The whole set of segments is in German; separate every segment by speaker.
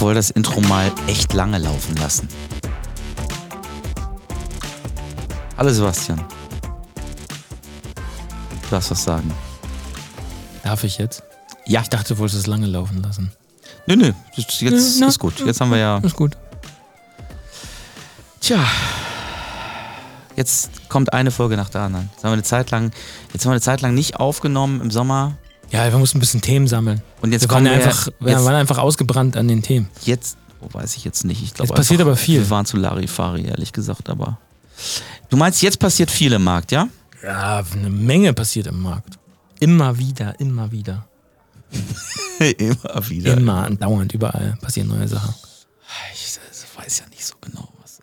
Speaker 1: soll das Intro mal echt lange laufen lassen. Hallo Sebastian. Du darfst was sagen.
Speaker 2: Darf ich jetzt?
Speaker 1: Ja.
Speaker 2: Ich dachte, du wolltest es lange laufen lassen.
Speaker 1: Nö, nö, jetzt jetzt
Speaker 2: Na,
Speaker 1: ist gut. Jetzt haben wir ja.
Speaker 2: Ist gut.
Speaker 1: Tja. Jetzt kommt eine Folge nach der anderen. Jetzt haben wir eine Zeit lang, jetzt haben wir eine Zeit lang nicht aufgenommen im Sommer.
Speaker 2: Ja, wir mussten ein bisschen Themen sammeln.
Speaker 1: Und jetzt
Speaker 2: wir
Speaker 1: kommen
Speaker 2: waren,
Speaker 1: wir
Speaker 2: einfach, wir
Speaker 1: jetzt-
Speaker 2: waren einfach ausgebrannt an den Themen.
Speaker 1: Jetzt, oh, weiß ich jetzt nicht. Ich glaube,
Speaker 2: Jetzt passiert
Speaker 1: einfach,
Speaker 2: aber viel.
Speaker 1: Wir waren zu Larifari, ehrlich gesagt, aber. Du meinst, jetzt passiert viel im Markt, ja?
Speaker 2: Ja, eine Menge passiert im Markt. Immer wieder, immer wieder.
Speaker 1: Immer wieder.
Speaker 2: Immer und dauernd, überall passieren neue Sachen.
Speaker 1: Ah, Ich also, weiß ja nicht so genau, was.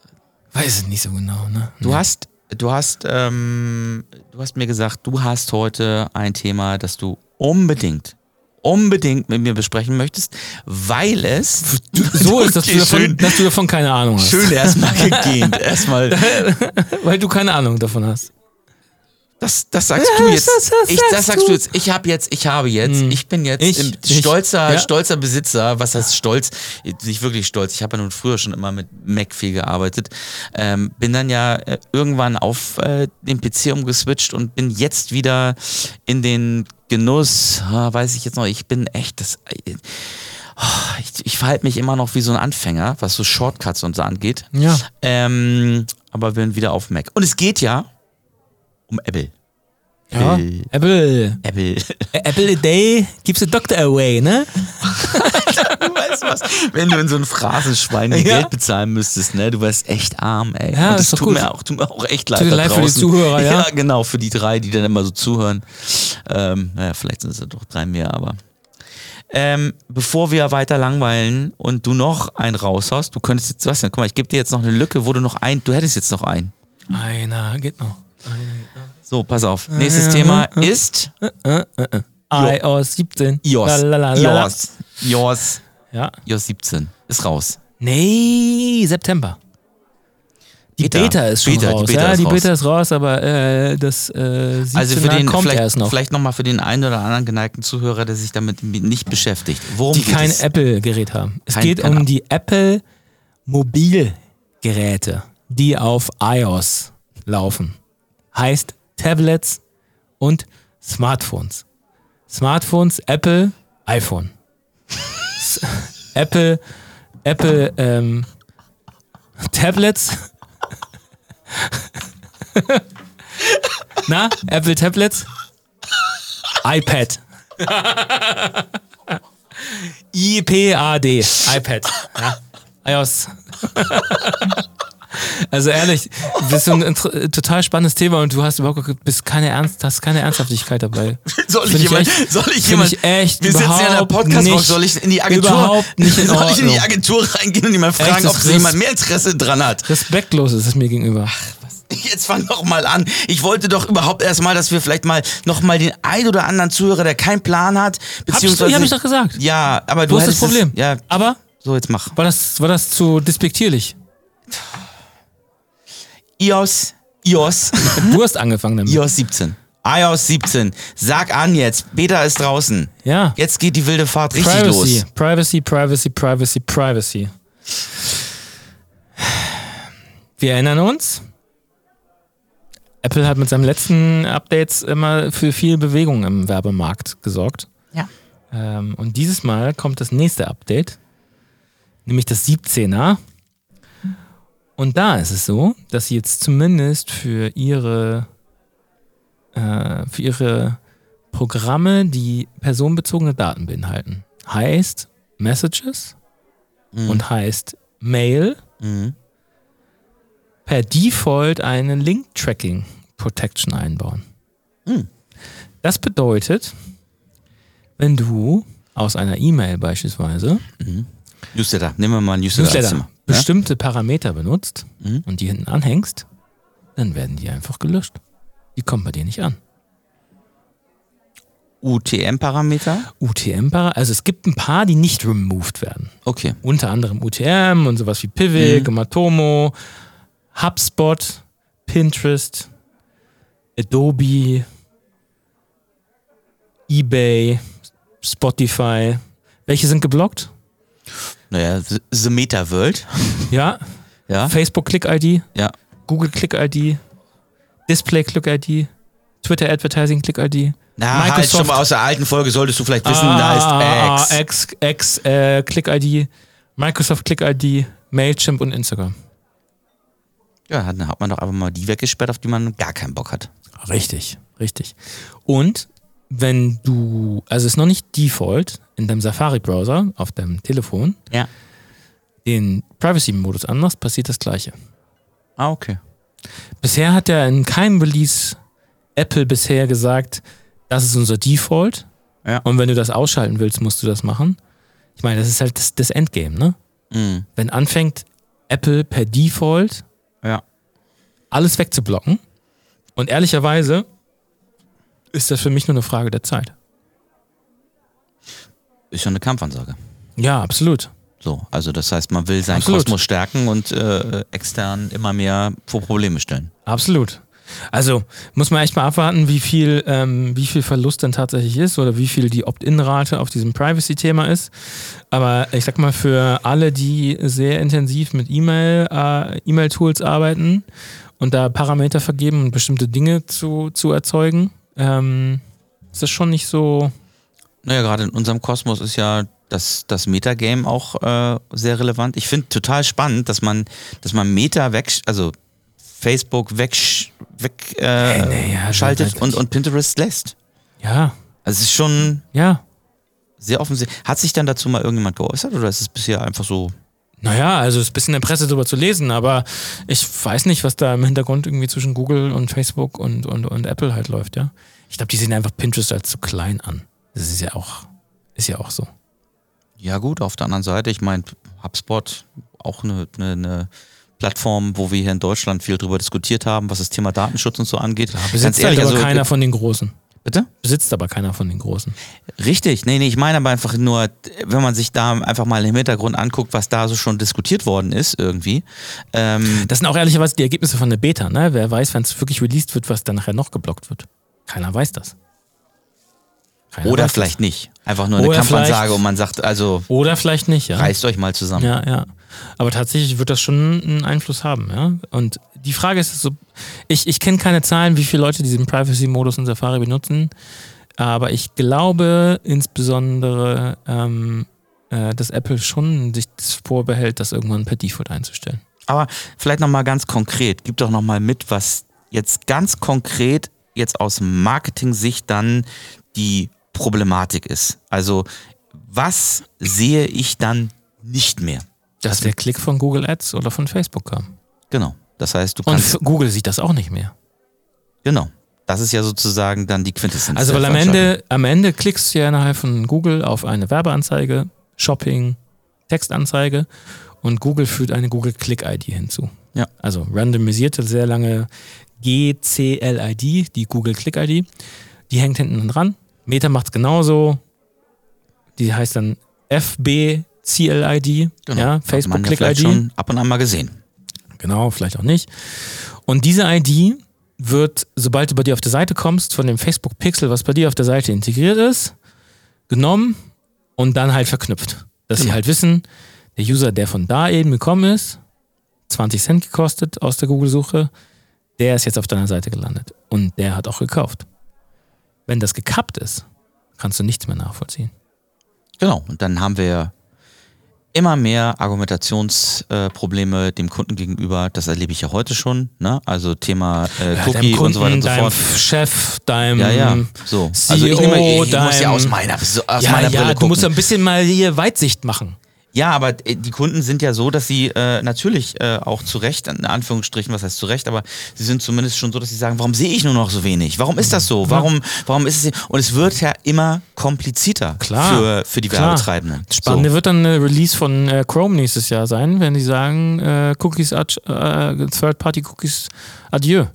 Speaker 2: Weiß es nicht so genau, ne?
Speaker 1: Du hast, du hast, ähm, du hast mir gesagt, du hast heute ein Thema, das du unbedingt, unbedingt mit mir besprechen möchtest, weil es
Speaker 2: so ist, dass,
Speaker 1: Okay,
Speaker 2: du davon,
Speaker 1: schön.
Speaker 2: dass du davon keine Ahnung hast.
Speaker 1: schön erstmal gegeben. Erstmal,
Speaker 2: Weil du keine Ahnung davon hast.
Speaker 1: das, das sagst
Speaker 2: Ja,
Speaker 1: du jetzt.
Speaker 2: das- das
Speaker 1: ich, das
Speaker 2: sagst
Speaker 1: sagst du
Speaker 2: du. Hm.
Speaker 1: jetzt. Ich habe jetzt, ich habe jetzt. Ich bin jetzt
Speaker 2: Ich-
Speaker 1: im
Speaker 2: ich-
Speaker 1: stolzer,
Speaker 2: ja.
Speaker 1: stolzer Besitzer. Was heißt stolz? Nicht wirklich stolz. Ich habe ja nun früher schon immer mit McFee gearbeitet. Ähm, bin dann ja äh, irgendwann auf äh, den PC umgeswitcht und bin jetzt wieder in den Genuss. Ah, weiß ich jetzt noch. Ich bin echt das. Oh, Ich, ich verhalte mich immer noch wie so ein Anfänger, was so Shortcuts und so angeht.
Speaker 2: Ja.
Speaker 1: Ähm, aber wir sind wieder auf Mac. Und es geht ja um Apple.
Speaker 2: ja.
Speaker 1: Äh.
Speaker 2: Apple.
Speaker 1: Apple.
Speaker 2: Ä- Apple a day keeps the doctor away, ne?
Speaker 1: Du weißt was, wenn du in so ein Phrasenschwein dir
Speaker 2: Ja.
Speaker 1: Geld bezahlen müsstest, ne? Du wärst echt arm, ey.
Speaker 2: Ja,
Speaker 1: Und
Speaker 2: ist
Speaker 1: das
Speaker 2: doch
Speaker 1: tut
Speaker 2: gut.
Speaker 1: mir auch, tut mir auch echt leid.
Speaker 2: Tut
Speaker 1: da
Speaker 2: mir leid für die
Speaker 1: draußen.
Speaker 2: Zuhörer, ja.
Speaker 1: Ja, genau, für die drei, die dann immer so zuhören. Ähm, naja, vielleicht sind es ja doch drei mehr, aber. Ähm, bevor wir weiter langweilen und du noch einen raushaust, du könntest jetzt, was denn, guck mal, ich gebe dir jetzt noch eine Lücke, wo du noch ein, du hättest jetzt noch einen.
Speaker 2: Einer geht noch. Einer geht noch.
Speaker 1: So, pass auf. Nächstes
Speaker 2: ja,
Speaker 1: Thema ist
Speaker 2: iOS 17.
Speaker 1: iOS.
Speaker 2: Lalalala.
Speaker 1: iOS. iOS.
Speaker 2: Ja.
Speaker 1: iOS 17. Ist raus.
Speaker 2: Nee, September. Die
Speaker 1: Beta.
Speaker 2: Beta, ist schon
Speaker 1: Beta, die
Speaker 2: raus.
Speaker 1: Beta
Speaker 2: ja,
Speaker 1: ist
Speaker 2: die
Speaker 1: raus.
Speaker 2: Beta ist raus, aber äh, das äh, 17
Speaker 1: Also für den
Speaker 2: kommt
Speaker 1: vielleicht,
Speaker 2: erst noch.
Speaker 1: vielleicht nochmal für den einen oder anderen geneigten Zuhörer, der sich damit nicht beschäftigt. Worum
Speaker 2: die
Speaker 1: geht
Speaker 2: Um kein
Speaker 1: es?
Speaker 2: Apple-Gerät haben. Es
Speaker 1: Kein-
Speaker 2: geht
Speaker 1: keine
Speaker 2: um
Speaker 1: Ahnung.
Speaker 2: die Apple-Mobilgeräte, die auf iOS laufen. Heißt Tablets und Smartphones. Smartphones, Apple, iPhone. S- Apple, Apple, ähm, Tablets. Na, Apple Tablets? iPad. IPAD, iPad. Ja. iOS. also ehrlich, das ist so ein inter- total spannendes Thema und du hast überhaupt ge- bist keine Ernst, hast keine Ernsthaftigkeit dabei.
Speaker 1: Soll ich
Speaker 2: Find
Speaker 1: jemand,
Speaker 2: echt-
Speaker 1: soll ich
Speaker 2: find
Speaker 1: jemand,
Speaker 2: ich echt
Speaker 1: wir sitzen ja in der
Speaker 2: überhaupt
Speaker 1: Podcast-Box,
Speaker 2: nicht-
Speaker 1: soll ich in die Agentur,
Speaker 2: überhaupt nicht in
Speaker 1: soll ich in die
Speaker 2: Ordnung.
Speaker 1: Agentur reingehen und jemand fragen,
Speaker 2: Echtes
Speaker 1: ob da jemand
Speaker 2: Res-
Speaker 1: mehr Interesse dran hat?
Speaker 2: Respektlos ist es mir gegenüber.
Speaker 1: Jetzt fang doch mal an. Ich wollte doch überhaupt erstmal, dass wir vielleicht mal nochmal den ein oder anderen Zuhörer, der keinen Plan hat, beziehungsweise.
Speaker 2: ja, hab ich doch gesagt.
Speaker 1: Ja, aber du
Speaker 2: Wo ist das
Speaker 1: hättest es-
Speaker 2: Problem?
Speaker 1: Ja,
Speaker 2: Aber
Speaker 1: so jetzt mach.
Speaker 2: war das, war das zu despektierlich?
Speaker 1: iOS, iOS.
Speaker 2: Du hast angefangen damit.
Speaker 1: iOS 17. iOS 17. Sag an jetzt. Beta ist draußen.
Speaker 2: Ja.
Speaker 1: Jetzt geht die wilde Fahrt richtig
Speaker 2: Privacy,
Speaker 1: los.
Speaker 2: Privacy, Privacy, Privacy, Privacy. Wir erinnern uns, Apple hat mit seinem letzten Updates immer für viel Bewegung im Werbemarkt gesorgt.
Speaker 1: Ja.
Speaker 2: Ähm, und dieses Mal kommt das nächste Update, nämlich das 17er. Und da ist es so, dass sie jetzt zumindest für ihre, äh, für ihre Programme, die personenbezogene Daten beinhalten, heißt Messages und heißt Mail,
Speaker 1: Mhm.
Speaker 2: per Default eine Link-Tracking-Protection einbauen. Das bedeutet, wenn du aus einer E-Mail beispielsweise
Speaker 1: Newsletter. Nehmen wir mal einen Newsletter. als
Speaker 2: Newsletter
Speaker 1: Thema. ne? Ja?
Speaker 2: bestimmte Parameter benutzt und die hinten anhängst, dann werden die einfach gelöscht. Die kommen bei dir nicht an.
Speaker 1: UTM-Parameter.
Speaker 2: UTM-Parameter, also es gibt ein paar, die nicht removed werden.
Speaker 1: Okay.
Speaker 2: Unter anderem UTM und sowas wie
Speaker 1: Mhm.
Speaker 2: Pivik, Matomo, HubSpot, Pinterest, Adobe, eBay, Spotify. Welche sind geblockt?
Speaker 1: Naja, The Meta World.
Speaker 2: Ja,
Speaker 1: Ja,
Speaker 2: Facebook Click ID,
Speaker 1: ja.
Speaker 2: Google Click ID, Display Click ID, Twitter Advertising Click ID,
Speaker 1: Na, Microsoft. halt
Speaker 2: Microsoft-
Speaker 1: schon mal aus der alten Folge solltest du vielleicht wissen, da ist X.
Speaker 2: Ah, X, X äh, Click ID, Microsoft Click ID, Mailchimp und Instagram.
Speaker 1: Ja, hat, hat man doch einfach mal die weggesperrt, auf die man gar keinen Bock hat.
Speaker 2: Richtig, richtig. Und wenn du, also es ist noch nicht Default in deinem Safari-Browser auf deinem Telefon,
Speaker 1: Ja.
Speaker 2: den Privacy-Modus anmachst, passiert das Gleiche.
Speaker 1: Ah, okay.
Speaker 2: Bisher hat ja in keinem Release Apple bisher gesagt, das ist unser Default.
Speaker 1: Ja.
Speaker 2: Und wenn du das ausschalten willst, musst du das machen. Ich meine, das ist halt das, das Endgame, ne?
Speaker 1: Mhm.
Speaker 2: Wenn anfängt Apple per Default
Speaker 1: Ja.
Speaker 2: alles wegzublocken. Und ehrlicherweise ist das für mich nur eine Frage der Zeit.
Speaker 1: Ist schon eine Kampfansage.
Speaker 2: Ja, absolut.
Speaker 1: So, also das heißt, man will seinen
Speaker 2: Absolut.
Speaker 1: Kosmos stärken und äh, extern immer mehr vor Probleme stellen.
Speaker 2: Absolut. Also muss man echt mal abwarten, wie viel, ähm, wie viel Verlust dann tatsächlich ist oder wie viel die Opt-in-Rate auf diesem Privacy-Thema ist. Aber ich sag mal, für alle, die sehr intensiv mit E-Mail, äh, E-Mail-Tools arbeiten und da Parameter vergeben und bestimmte Dinge zu, zu erzeugen, ähm, ist das schon nicht so.
Speaker 1: Naja, gerade in unserem Kosmos ist ja das, das Metagame auch äh, sehr relevant. Ich finde total spannend, dass man, dass man Meta weg, also Facebook weg, weg äh,
Speaker 2: nee, ja,
Speaker 1: schaltet
Speaker 2: halt-
Speaker 1: und, und Pinterest lässt.
Speaker 2: Ja,
Speaker 1: Also es ist schon
Speaker 2: ja.
Speaker 1: sehr offensichtlich. Hat sich dann dazu mal irgendjemand geäußert oder ist es bisher einfach so?
Speaker 2: Naja, also ist ein bisschen in der Presse drüber zu lesen, aber ich weiß nicht, was da im Hintergrund irgendwie zwischen Google und Facebook und, und, und Apple halt läuft, ja. Ich glaube, die sehen einfach Pinterest als zu klein an. Das ist ja auch, ist ja auch so.
Speaker 1: Ja gut, auf der anderen Seite, ich meine, HubSpot, auch eine, eine, eine Plattform, wo wir hier in Deutschland viel drüber diskutiert haben, was das Thema Datenschutz und so angeht.
Speaker 2: Besitzt halt
Speaker 1: also
Speaker 2: aber keiner von den Großen.
Speaker 1: bitte?
Speaker 2: Besitzt aber keiner von den Großen.
Speaker 1: Richtig, nee, nee, ich meine aber einfach nur, wenn man sich da einfach mal im Hintergrund anguckt, was da so schon diskutiert worden ist irgendwie. Ähm,
Speaker 2: Das sind auch ehrlicherweise die Ergebnisse von der Beta, ne? Wer weiß, wenn es wirklich released wird, was dann nachher noch geblockt wird. Keiner weiß das. Keiner
Speaker 1: oder
Speaker 2: weiß das.
Speaker 1: vielleicht nicht. Einfach nur eine
Speaker 2: Oder vielleicht-
Speaker 1: Kampfansage und man sagt, also
Speaker 2: Oder vielleicht nicht, ja.
Speaker 1: reißt euch mal zusammen.
Speaker 2: Ja, ja. Aber tatsächlich wird das schon einen Einfluss haben, ja. Und die Frage ist so, ich, ich kenne keine Zahlen, wie viele Leute diesen Privacy-Modus in Safari benutzen, aber ich glaube insbesondere, ähm, äh, dass Apple schon sich das vorbehält, das irgendwann per Default einzustellen.
Speaker 1: Aber vielleicht nochmal ganz konkret, gib doch nochmal mit, was jetzt ganz konkret jetzt aus Marketing-Sicht dann die Problematik ist. Also was sehe ich dann nicht mehr?
Speaker 2: Dass der Klick von Google Ads oder von Facebook kam.
Speaker 1: Genau. Das heißt, du
Speaker 2: Und
Speaker 1: kannst,
Speaker 2: F- Google sieht das auch nicht mehr.
Speaker 1: genau. Das ist ja sozusagen dann die Quintessenz.
Speaker 2: Also weil
Speaker 1: der
Speaker 2: am
Speaker 1: Veranstaltung.
Speaker 2: Ende, am Ende klickst du ja innerhalb von Google auf eine Werbeanzeige, Shopping, Textanzeige und Google fügt eine Google Click ID hinzu.
Speaker 1: Ja.
Speaker 2: Also randomisierte, sehr lange GCL-ID, die Google Click ID, die hängt hinten dran. Meta macht's genauso. Die heißt dann FBCL-ID,
Speaker 1: Genau.
Speaker 2: ja,
Speaker 1: Hat man
Speaker 2: Facebook
Speaker 1: ja
Speaker 2: Click
Speaker 1: vielleicht
Speaker 2: ID.
Speaker 1: schon ab und an mal gesehen.
Speaker 2: Genau, vielleicht auch nicht. Und diese ID wird, sobald du bei dir auf der Seite kommst, von dem Facebook Pixel, was bei dir auf der Seite integriert ist, genommen und dann halt verknüpft. Dass sie
Speaker 1: Genau.
Speaker 2: halt wissen, der User, der von da eben gekommen ist, 20 Cent gekostet aus der Google-Suche, der ist jetzt auf deiner Seite gelandet. Und der hat auch gekauft. Wenn das gekappt ist, kannst du nichts mehr nachvollziehen.
Speaker 1: Genau. Und dann haben wir immer mehr Argumentationsprobleme äh, Probleme dem Kunden gegenüber. Das erlebe ich ja heute schon. Ne? Also Thema äh,
Speaker 2: Ja,
Speaker 1: Cookie und so weiter und so
Speaker 2: deinem
Speaker 1: fort.
Speaker 2: Chef, deinem
Speaker 1: Ja, ja. So. also ich,
Speaker 2: CEO,
Speaker 1: nehme, ich muss
Speaker 2: dein-
Speaker 1: ja aus meiner, so- aus
Speaker 2: E ja,
Speaker 1: meiner
Speaker 2: ja,
Speaker 1: Brille
Speaker 2: du musst
Speaker 1: gucken.
Speaker 2: ein bisschen mal hier Weitsicht machen.
Speaker 1: Ja, aber äh, die Kunden sind ja so, dass sie äh, natürlich äh, auch zu Recht, in Anführungsstrichen, was heißt zu Recht, aber sie sind zumindest schon so, dass sie sagen, warum sehe ich nur noch so wenig? Warum ist das so? Warum, warum ist es? Und es wird ja immer komplizierter
Speaker 2: Klar.
Speaker 1: für, für die
Speaker 2: Klar.
Speaker 1: Werbetreibenden.
Speaker 2: Spannend wird dann eine Release von äh, Chrome nächstes Jahr sein, wenn die sagen, äh, Cookies, ad, äh, Third-Party-Cookies, adieu.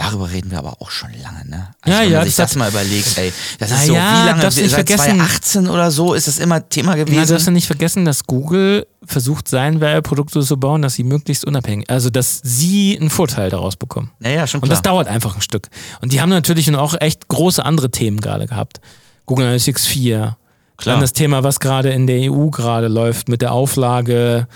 Speaker 1: Darüber reden wir aber auch schon lange, ne?
Speaker 2: Ja,
Speaker 1: wenn
Speaker 2: ja,
Speaker 1: man sich
Speaker 2: das-
Speaker 1: das, mal überlegt, ey. Das
Speaker 2: Na
Speaker 1: ist so,
Speaker 2: ja,
Speaker 1: wie lange,
Speaker 2: darfst nicht
Speaker 1: seit
Speaker 2: vergessen.
Speaker 1: 2018 oder so ist das immer Thema
Speaker 2: Na, du
Speaker 1: gewesen.
Speaker 2: darfst ja nicht vergessen, dass Google versucht, sein Werbeprodukt so zu bauen, dass sie möglichst unabhängig, also dass sie einen Vorteil daraus bekommen.
Speaker 1: naja, schon
Speaker 2: Und
Speaker 1: klar.
Speaker 2: das dauert einfach ein Stück. Und die haben natürlich nun auch echt große andere Themen gerade gehabt. Google Analytics 4,
Speaker 1: Klar.
Speaker 2: Dann das Thema, was gerade in der EU gerade läuft, mit der Auflage,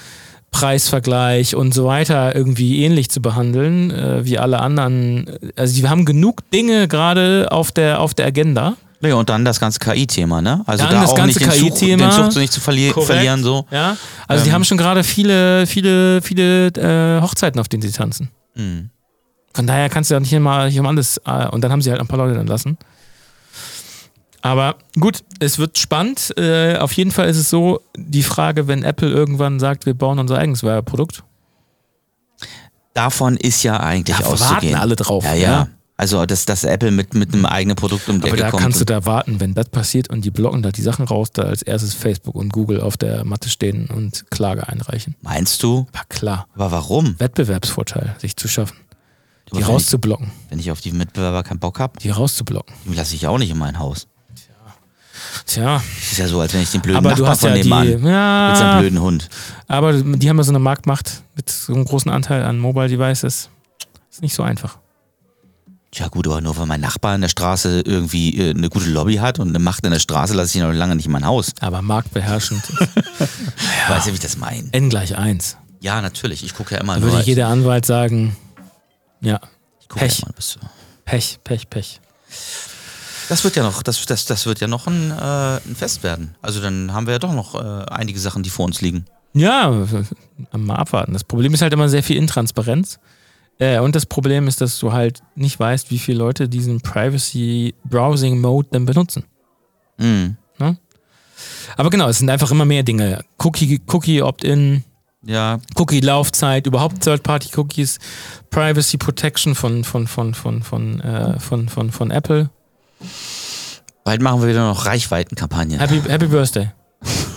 Speaker 2: Preisvergleich und so weiter irgendwie ähnlich zu behandeln, äh, wie alle anderen. Also die haben genug Dinge gerade auf der, auf der Agenda.
Speaker 1: Ja, und dann das ganze KI-Thema, ne? Also
Speaker 2: Dann
Speaker 1: da
Speaker 2: das
Speaker 1: auch
Speaker 2: ganze
Speaker 1: nicht den Zug,
Speaker 2: KI-Thema.
Speaker 1: den Zug nicht zu verli
Speaker 2: Korrekt.
Speaker 1: verlieren, so.
Speaker 2: Ja? Also die
Speaker 1: Ähm.
Speaker 2: haben schon gerade viele, viele, viele äh, Hochzeiten, auf denen sie tanzen.
Speaker 1: Hm.
Speaker 2: Von daher kannst du ja nicht immer nicht um alles. äh, Und dann haben sie halt ein paar Leute dann lassen. Aber gut, es wird spannend. Äh, auf jeden Fall ist es so, die Frage, wenn Apple irgendwann sagt, wir bauen unser eigenes Werbeprodukt,
Speaker 1: Davon ist ja eigentlich
Speaker 2: da warten
Speaker 1: auszugehen.
Speaker 2: alle drauf.
Speaker 1: ja, ja,
Speaker 2: ne?
Speaker 1: Also, dass, dass Apple mit, mit einem eigenen Produkt um die
Speaker 2: Aber
Speaker 1: Ecke
Speaker 2: da
Speaker 1: kommt.
Speaker 2: kannst du
Speaker 1: und-
Speaker 2: da warten, wenn das passiert und die blocken da die Sachen raus, da als erstes Facebook und Google auf der Matte stehen und Klage einreichen.
Speaker 1: meinst du?
Speaker 2: Aber klar,
Speaker 1: Aber warum?
Speaker 2: Wettbewerbsvorteil, sich zu schaffen.
Speaker 1: Aber
Speaker 2: Die
Speaker 1: wenn, ich,
Speaker 2: rauszublocken,
Speaker 1: wenn ich auf die Mitbewerber keinen Bock habe,
Speaker 2: die rauszublocken.
Speaker 1: die lasse ich auch nicht in mein Haus.
Speaker 2: Tja,
Speaker 1: Das ist ja so, als wenn ich den blöden
Speaker 2: aber
Speaker 1: Nachbar
Speaker 2: du hast
Speaker 1: von
Speaker 2: ja die, Ah.
Speaker 1: nebenan mit seinem
Speaker 2: ja,
Speaker 1: blöden Hund.
Speaker 2: aber die haben ja so eine Marktmacht mit so einem großen Anteil an Mobile Devices. Ist nicht so einfach.
Speaker 1: Tja gut, aber nur weil mein Nachbar in der Straße irgendwie äh, eine gute Lobby hat und eine Macht in der Straße, lasse ich ihn noch lange nicht in mein Haus.
Speaker 2: Aber marktbeherrschend.
Speaker 1: Weißt du, wie ich das meine?
Speaker 2: N gleich 1.
Speaker 1: Ja, natürlich. Ich gucke ja immer
Speaker 2: Da würde
Speaker 1: nur.
Speaker 2: jeder Anwalt sagen, ja,
Speaker 1: ich gucke ja
Speaker 2: Pech.
Speaker 1: immer, bis-
Speaker 2: Pech, Pech, Pech.
Speaker 1: das wird ja noch, das, das, das wird ja noch ein, äh, ein Fest werden. Also dann haben wir ja doch noch äh, einige Sachen, die vor uns liegen.
Speaker 2: Ja, mal abwarten. Das Problem ist halt immer sehr viel Intransparenz. Äh, und das Problem ist, dass du halt nicht weißt, wie viele Leute diesen Privacy-Browsing-Mode denn benutzen.
Speaker 1: Mhm.
Speaker 2: Aber genau, es sind einfach immer mehr Dinge. Cookie, Cookie Opt-in,
Speaker 1: Ja,
Speaker 2: Cookie-Laufzeit, überhaupt Third-Party-Cookies, Privacy Protection von, von, von, von, von, äh, von, von, von Apple.
Speaker 1: bald machen wir wieder noch Reichweitenkampagnen.
Speaker 2: Happy, Happy Birthday.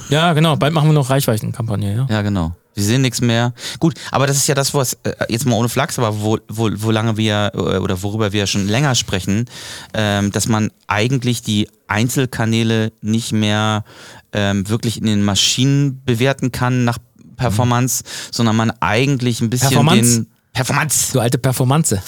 Speaker 2: Ja, genau, bald machen wir noch Reichweitenkampagne, ja.
Speaker 1: Ja, genau. Wir sehen nichts mehr. Gut, aber das ist ja das, was, äh, jetzt mal ohne Flachs, aber wo, wo, wo lange wir äh, oder worüber wir schon länger sprechen, ähm, dass man eigentlich die Einzelkanäle nicht mehr ähm, wirklich in den Maschinen bewerten kann nach Performance, sondern man eigentlich ein bisschen
Speaker 2: Performance?
Speaker 1: den Performance,
Speaker 2: So alte Performance.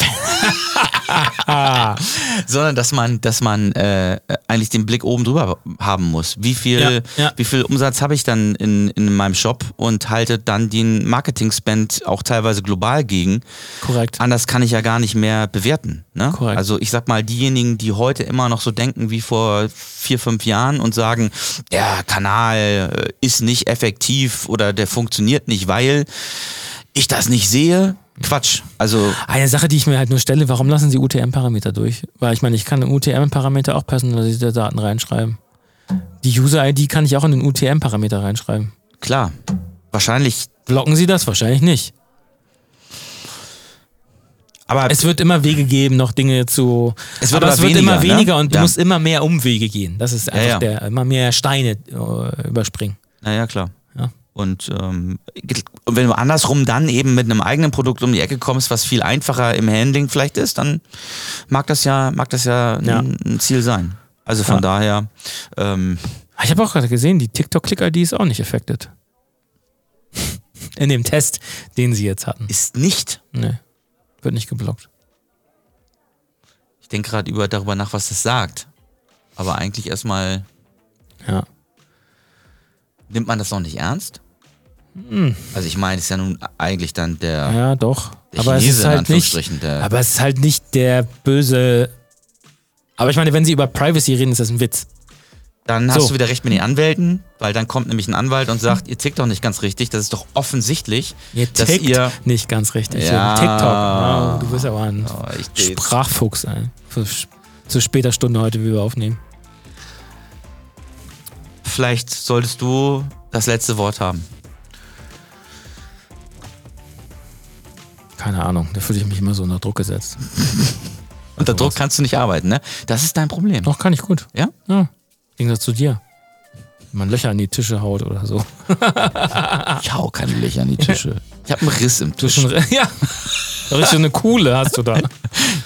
Speaker 1: sondern dass man, dass man äh, eigentlich den Blick oben drüber haben muss. Wie viel,
Speaker 2: Ja, ja.
Speaker 1: wie viel Umsatz habe ich dann in, in meinem Shop und halte dann den Marketing-Spend auch teilweise global gegen.
Speaker 2: Korrekt.
Speaker 1: Anders kann ich ja gar nicht mehr bewerten. Ne?
Speaker 2: Korrekt.
Speaker 1: Also ich sag mal, diejenigen, die heute immer noch so denken wie vor vier, fünf Jahren und sagen, der Kanal äh, ist nicht effektiv oder der funktioniert nicht, weil ich das nicht sehe. Quatsch. Also
Speaker 2: Eine Sache, die ich mir halt nur stelle, warum lassen Sie UTM-Parameter durch? Weil ich meine, ich kann UTM-Parameter auch personalisierte Daten reinschreiben. Die User-ID kann ich auch in den UTM-Parameter reinschreiben.
Speaker 1: klar, wahrscheinlich,
Speaker 2: Blocken Sie das wahrscheinlich nicht.
Speaker 1: aber
Speaker 2: Es wird immer Wege geben, noch Dinge zu.
Speaker 1: Es wird
Speaker 2: aber
Speaker 1: aber
Speaker 2: es wird immer
Speaker 1: weniger, ne?
Speaker 2: weniger und du
Speaker 1: Ja.
Speaker 2: musst immer mehr Umwege gehen. Das ist einfach
Speaker 1: ja.
Speaker 2: der immer mehr Steine äh, überspringen.
Speaker 1: Naja, klar.
Speaker 2: Ja.
Speaker 1: Und ähm, ge- und wenn du andersrum dann eben mit einem eigenen Produkt um die Ecke kommst, was viel einfacher im Handling vielleicht ist, dann mag das ja, mag das ja,
Speaker 2: Ja.
Speaker 1: Ein, ein Ziel sein. Also von
Speaker 2: Ja.
Speaker 1: daher, ähm,
Speaker 2: Ah, Ich habe auch gerade gesehen, die TikTok-Click-ID ist auch nicht affected. In dem Test, den sie jetzt hatten.
Speaker 1: ist nicht.
Speaker 2: Nee. Wird nicht geblockt.
Speaker 1: Ich denke gerade über darüber nach, was das sagt. Aber eigentlich erstmal
Speaker 2: Ja.
Speaker 1: nimmt man das noch nicht ernst. Also ich meine, es ist ja nun eigentlich dann der,
Speaker 2: Hm. Ja, doch.
Speaker 1: der
Speaker 2: aber es
Speaker 1: Chinese
Speaker 2: ist
Speaker 1: in
Speaker 2: halt nicht.
Speaker 1: Anführungsstrichen. der,
Speaker 2: Aber es ist halt nicht der böse. Aber ich meine, wenn sie über Privacy reden, ist das ein Witz.
Speaker 1: Dann hast
Speaker 2: So.
Speaker 1: du wieder recht mit den Anwälten, weil dann kommt nämlich ein Anwalt und sagt, ihr tickt doch nicht ganz richtig. Das ist doch offensichtlich,
Speaker 2: Ihr
Speaker 1: dass
Speaker 2: tickt
Speaker 1: ihr.
Speaker 2: nicht ganz richtig.
Speaker 1: Ja.
Speaker 2: TikTok. Ja, du bist aber ein
Speaker 1: Oh, ich
Speaker 2: Sprachfuchs. Ey. Für sch- Zu später Stunde heute, wie wir aufnehmen.
Speaker 1: vielleicht solltest du das letzte Wort haben.
Speaker 2: Keine Ahnung. Da fühle ich mich immer so unter Druck gesetzt.
Speaker 1: Unter Druck kannst du nicht arbeiten, ne? Das ist dein Problem.
Speaker 2: Doch, kann ich gut.
Speaker 1: Ja?
Speaker 2: Ja. Im Gegensatz zu dir. Wenn man Löcher an die Tische haut oder so.
Speaker 1: Ich hau keine Löcher an die Tische. Ah. Ich habe einen Riss im
Speaker 2: Du
Speaker 1: Tisch.
Speaker 2: schon, ja. Richtig eine Kuhle hast du da.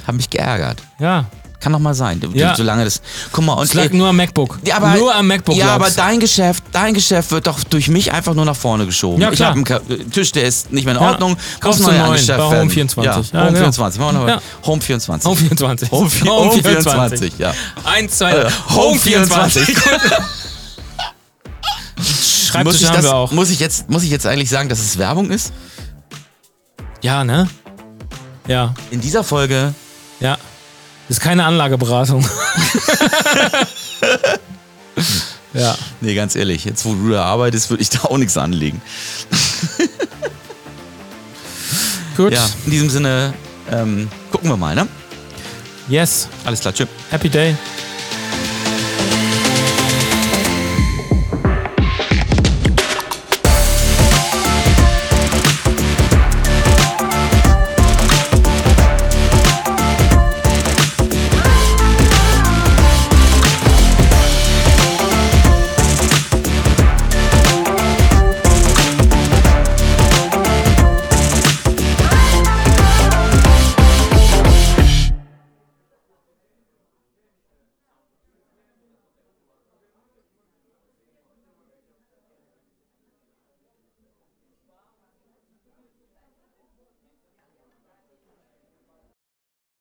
Speaker 1: Hab mich geärgert.
Speaker 2: Ja.
Speaker 1: Kann doch mal sein. Du-
Speaker 2: Ja.
Speaker 1: Solange das. Guck mal, und. äh,
Speaker 2: Es lag nur am MacBook.
Speaker 1: Ja, aber-
Speaker 2: nur am MacBook.
Speaker 1: ja, aber
Speaker 2: lag's.
Speaker 1: dein Geschäft, dein Geschäft wird doch durch mich einfach nur nach vorne geschoben.
Speaker 2: Ja,
Speaker 1: ich habe
Speaker 2: klar.
Speaker 1: einen Ka- äh, Tisch, der ist nicht mehr in
Speaker 2: Ja.
Speaker 1: Ordnung. Muss
Speaker 2: Kaufst du
Speaker 1: neu
Speaker 2: einen neuen
Speaker 1: angeschafft
Speaker 2: bei
Speaker 1: werden. Ja,
Speaker 2: Home24. Ja,
Speaker 1: Home
Speaker 2: genau.
Speaker 1: 24. Machen wir mal
Speaker 2: Ja.
Speaker 1: Home 24.
Speaker 2: Home 24.
Speaker 1: Äh, Home 24, ja.
Speaker 2: 1, 2, 3.
Speaker 1: Home 24.
Speaker 2: Schreibtisch
Speaker 1: muss ich,
Speaker 2: haben
Speaker 1: das,
Speaker 2: wir auch.
Speaker 1: Muss, ich jetzt, muss ich jetzt eigentlich sagen, dass es Werbung ist?
Speaker 2: Ja, ne? Ja,
Speaker 1: In dieser Folge
Speaker 2: ja. Das ist keine Anlageberatung. ja.
Speaker 1: Nee, ganz ehrlich, jetzt wo du da arbeitest, würde ich da auch nichts anlegen.
Speaker 2: Gut.
Speaker 1: Ja, in diesem Sinne, ähm, gucken wir mal, ne?
Speaker 2: Yes.
Speaker 1: Alles klar, tschüss.
Speaker 2: Happy day.